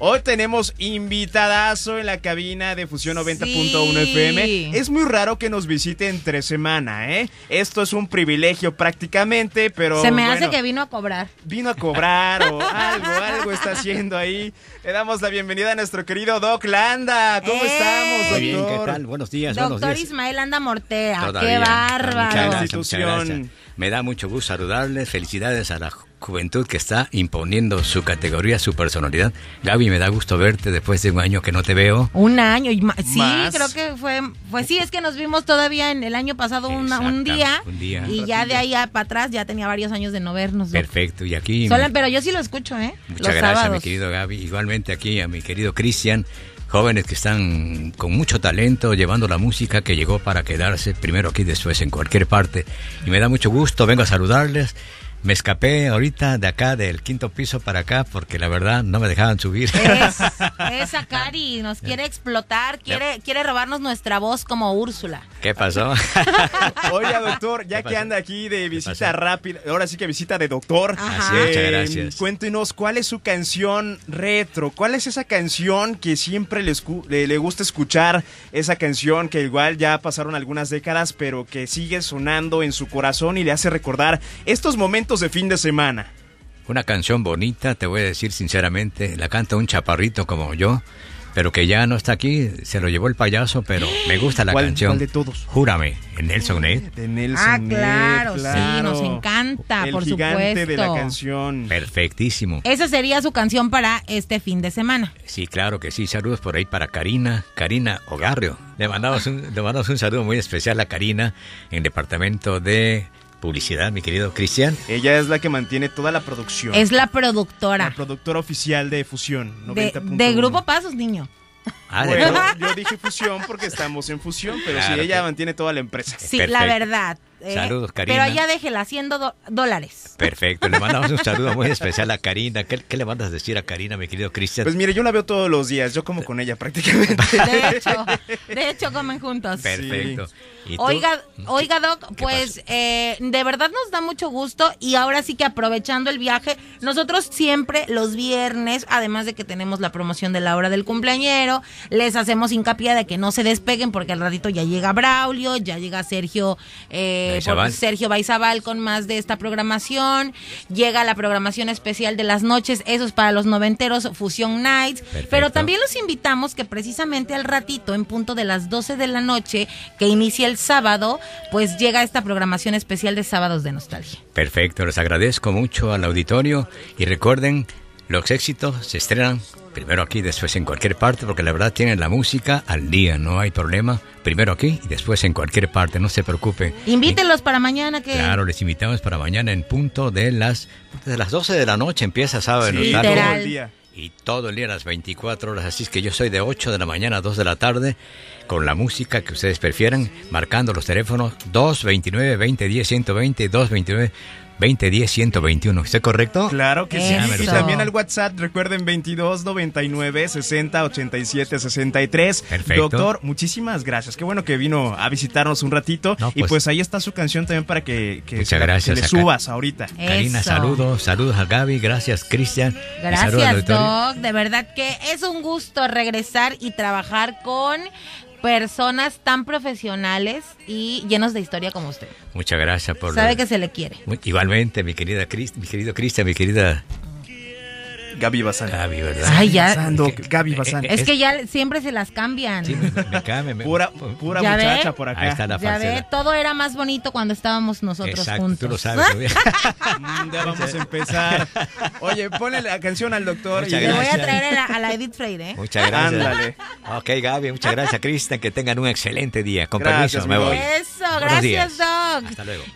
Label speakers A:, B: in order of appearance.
A: Hoy tenemos invitadazo en la cabina de Fusión 90.1
B: Sí.
A: FM. Es muy raro que nos visite entre semana, ¿eh? Esto es un privilegio prácticamente, pero.
C: Se me hace
A: bueno,
C: que vino a cobrar.
A: Vino a cobrar o algo, algo está haciendo ahí. Le damos la bienvenida a nuestro querido Doc Landa. ¿Cómo
C: ¡Eh!
A: estamos, doctor?
D: Muy bien, ¿qué tal? Buenos días,
C: Doctor
D: buenos días.
C: Ismael Anda Mortea,
D: Todavía.
C: qué
D: Muchas
C: bárbaro.
D: gracias, muchas gracias. Me da mucho gusto saludarles. Felicidades a la ju- juventud que está imponiendo su categoría, su personalidad. Gaby, me da gusto verte después de un año que no te veo.
C: Un año y más. Sí,
A: Más.
C: creo que fue. Pues sí, es que nos vimos todavía en el año pasado una- un
D: Exactamente,
C: día.
D: un día.
C: Y ya de ahí a- para atrás ya tenía varios años de no vernos. doc.
D: Perfecto, y aquí.
C: Solo- pero yo sí lo escucho, ¿eh?
D: Muchas
C: Los
D: gracias, mi
C: sábados.
D: querido Gaby. Igualmente aquí a mi querido Cristian. Jóvenes que están con mucho talento llevando la música que llegó para quedarse primero aquí, después en cualquier parte. Y me da mucho gusto, vengo a saludarles. Me escapé ahorita de acá, del quinto piso para acá, porque la verdad no me dejaban subir.
C: Es, esa Cari nos quiere explotar, quiere, quiere robarnos nuestra voz como Úrsula.
D: ¿Qué pasó?
A: Oiga, doctor, ya
D: ¿Qué
A: que
D: pasó?
A: anda aquí de visita
D: pasó?
A: rápida, ahora sí que visita de doctor. eh,
C: Ajá.
D: Así es, muchas gracias.
A: Cuéntenos, ¿cuál es su canción retro? ¿Cuál es esa canción que siempre le, escu- le- le gusta escuchar? Esa canción que igual ya pasaron algunas décadas, pero que sigue sonando en su corazón y le hace recordar estos momentos de fin de semana.
D: Una canción bonita, te voy a decir sinceramente, la canta un chaparrito como yo, pero que ya no está aquí, se lo llevó el payaso, pero me gusta la
A: ¿Cuál-
D: canción.
A: cuál de todos?
D: Júrame, en Nelson Ned.
A: De Nelson.
C: Ah,
A: Ned,
C: claro, sí,
A: claro.
C: nos encanta,
A: El
C: por
A: gigante
C: supuesto.
A: de la canción.
D: Perfectísimo.
C: Esa sería su canción para este fin de semana.
D: Sí, claro que sí. Saludos por ahí para Karina, Karina Ogarrio. Le mandamos un, le mandamos un saludo muy especial a Karina en el departamento de publicidad, mi querido Cristian.
A: Ella es la que mantiene toda la producción.
C: Es la productora
A: la productora oficial de Fusión.
C: de,
A: 90.1.
C: de Grupo Pasos, niño.
D: Ah, de
A: Bueno,
D: todo.
A: yo dije fusión porque estamos en fusión, pero sí,
D: Claro
A: ella
D: que- Este-
A: mantiene toda la empresa.
C: Sí,
D: Eh, Perfecto.
C: la verdad. eh,
D: Saludos, Karina.
C: Pero allá déjela haciendo do- dólares.
D: Perfecto. Le mandamos un saludo muy especial a Karina. ¿Qué, qué le mandas a decir a Karina, mi querido Cristian?
A: Pues mire, yo la veo todos los días, yo como con ella prácticamente.
C: De hecho, de hecho comen juntos.
D: Perfecto. ¿Y tú?
C: Oiga, oiga Doc, pues eh, de verdad nos da mucho gusto y ahora sí que aprovechando el viaje, nosotros siempre los viernes, además de que tenemos la promoción de la hora del cumpleañero, les hacemos hincapié de que no se despeguen porque al ratito ya llega Braulio, ya llega Sergio eh,
D: Baizabal.
C: por- Sergio Baizabal con más de esta programación, llega la programación especial de las noches, eso es para los noventeros, Fusion Nights, pero
D: Perfecto.
C: también los invitamos que precisamente al ratito, en punto de las 12 de la noche, que inicia el sábado, pues llega esta programación especial de Sábados de Nostalgia.
D: Perfecto, les agradezco mucho al auditorio y recuerden, los éxitos se estrenan primero aquí, después en cualquier parte, porque la verdad tienen la música al día, no hay problema. Primero aquí y después en cualquier parte, no se preocupen.
C: Invítenlos para mañana que...
D: Claro, les invitamos para mañana en punto de las, de las 12 de la noche, empieza sábado en
A: Sí,
D: Otago.
A: todo
C: literal.
A: el día.
D: Y todo el día a las 24 horas, así es que yo soy de 8 de la mañana a 2 de la tarde, con la música que ustedes prefieran, marcando los teléfonos 229-2010-120, 229-2010-121. ¿Está correcto?
A: Claro que
D: Ah,
A: sí.
C: Eso.
A: Y también al WhatsApp, recuerden 22 99 60 87 63.
D: Perfecto.
A: Doctor, muchísimas gracias. Qué bueno que vino a visitarnos un ratito.
D: No,
A: y
D: pues-
A: pues ahí está su canción también para que, que,
D: Muchas
A: se la-
D: gracias,
A: se le
D: acá.
A: subas ahorita.
D: Karina,
C: Eso.
D: saludos, saludos a Gaby, gracias Cristian. y saludos al
C: Gracias,
D: auditorio.
C: Doc. De verdad que es un gusto regresar y trabajar con personas tan profesionales y llenos de historia como usted.
D: Muchas gracias por...
C: Sabe que se le quiere.
D: Muy- Igualmente, mi querida Cris, mi querido Cristian, mi querida
A: Gaby Bazán.
D: Gaby, ¿verdad?
C: Eh, Ay, ya. Eh,
A: Bazán, doc, Gaby Bazán.
C: Es que ya siempre se las cambian.
D: Sí, me, me cae, me- me-
A: Pura, pura
C: ¿Ya ve?
A: muchacha por acá.
D: pues, Ahí está la
C: ya
D: falsedad.
C: ve, todo era más bonito cuando estábamos nosotros
D: Exacto,
C: juntos.
D: tú lo sabes.
A: Mm, Ya vamos a empezar. Oye, ponle la canción al doctor.
D: Muchas
C: Le voy a
D: Gracias.
C: traer a la, a la Edith Freire. ¿eh?
D: Muchas gracias.
A: Ándale.
D: Ok, Gaby, muchas gracias, Cristian. Que tengan un excelente día. Con
A: Gracias,
D: permiso, me
A: mi
D: voy.
A: amor.
C: Eso,
D: Buenos
C: gracias,
D: días.
C: Doc.
D: Hasta luego.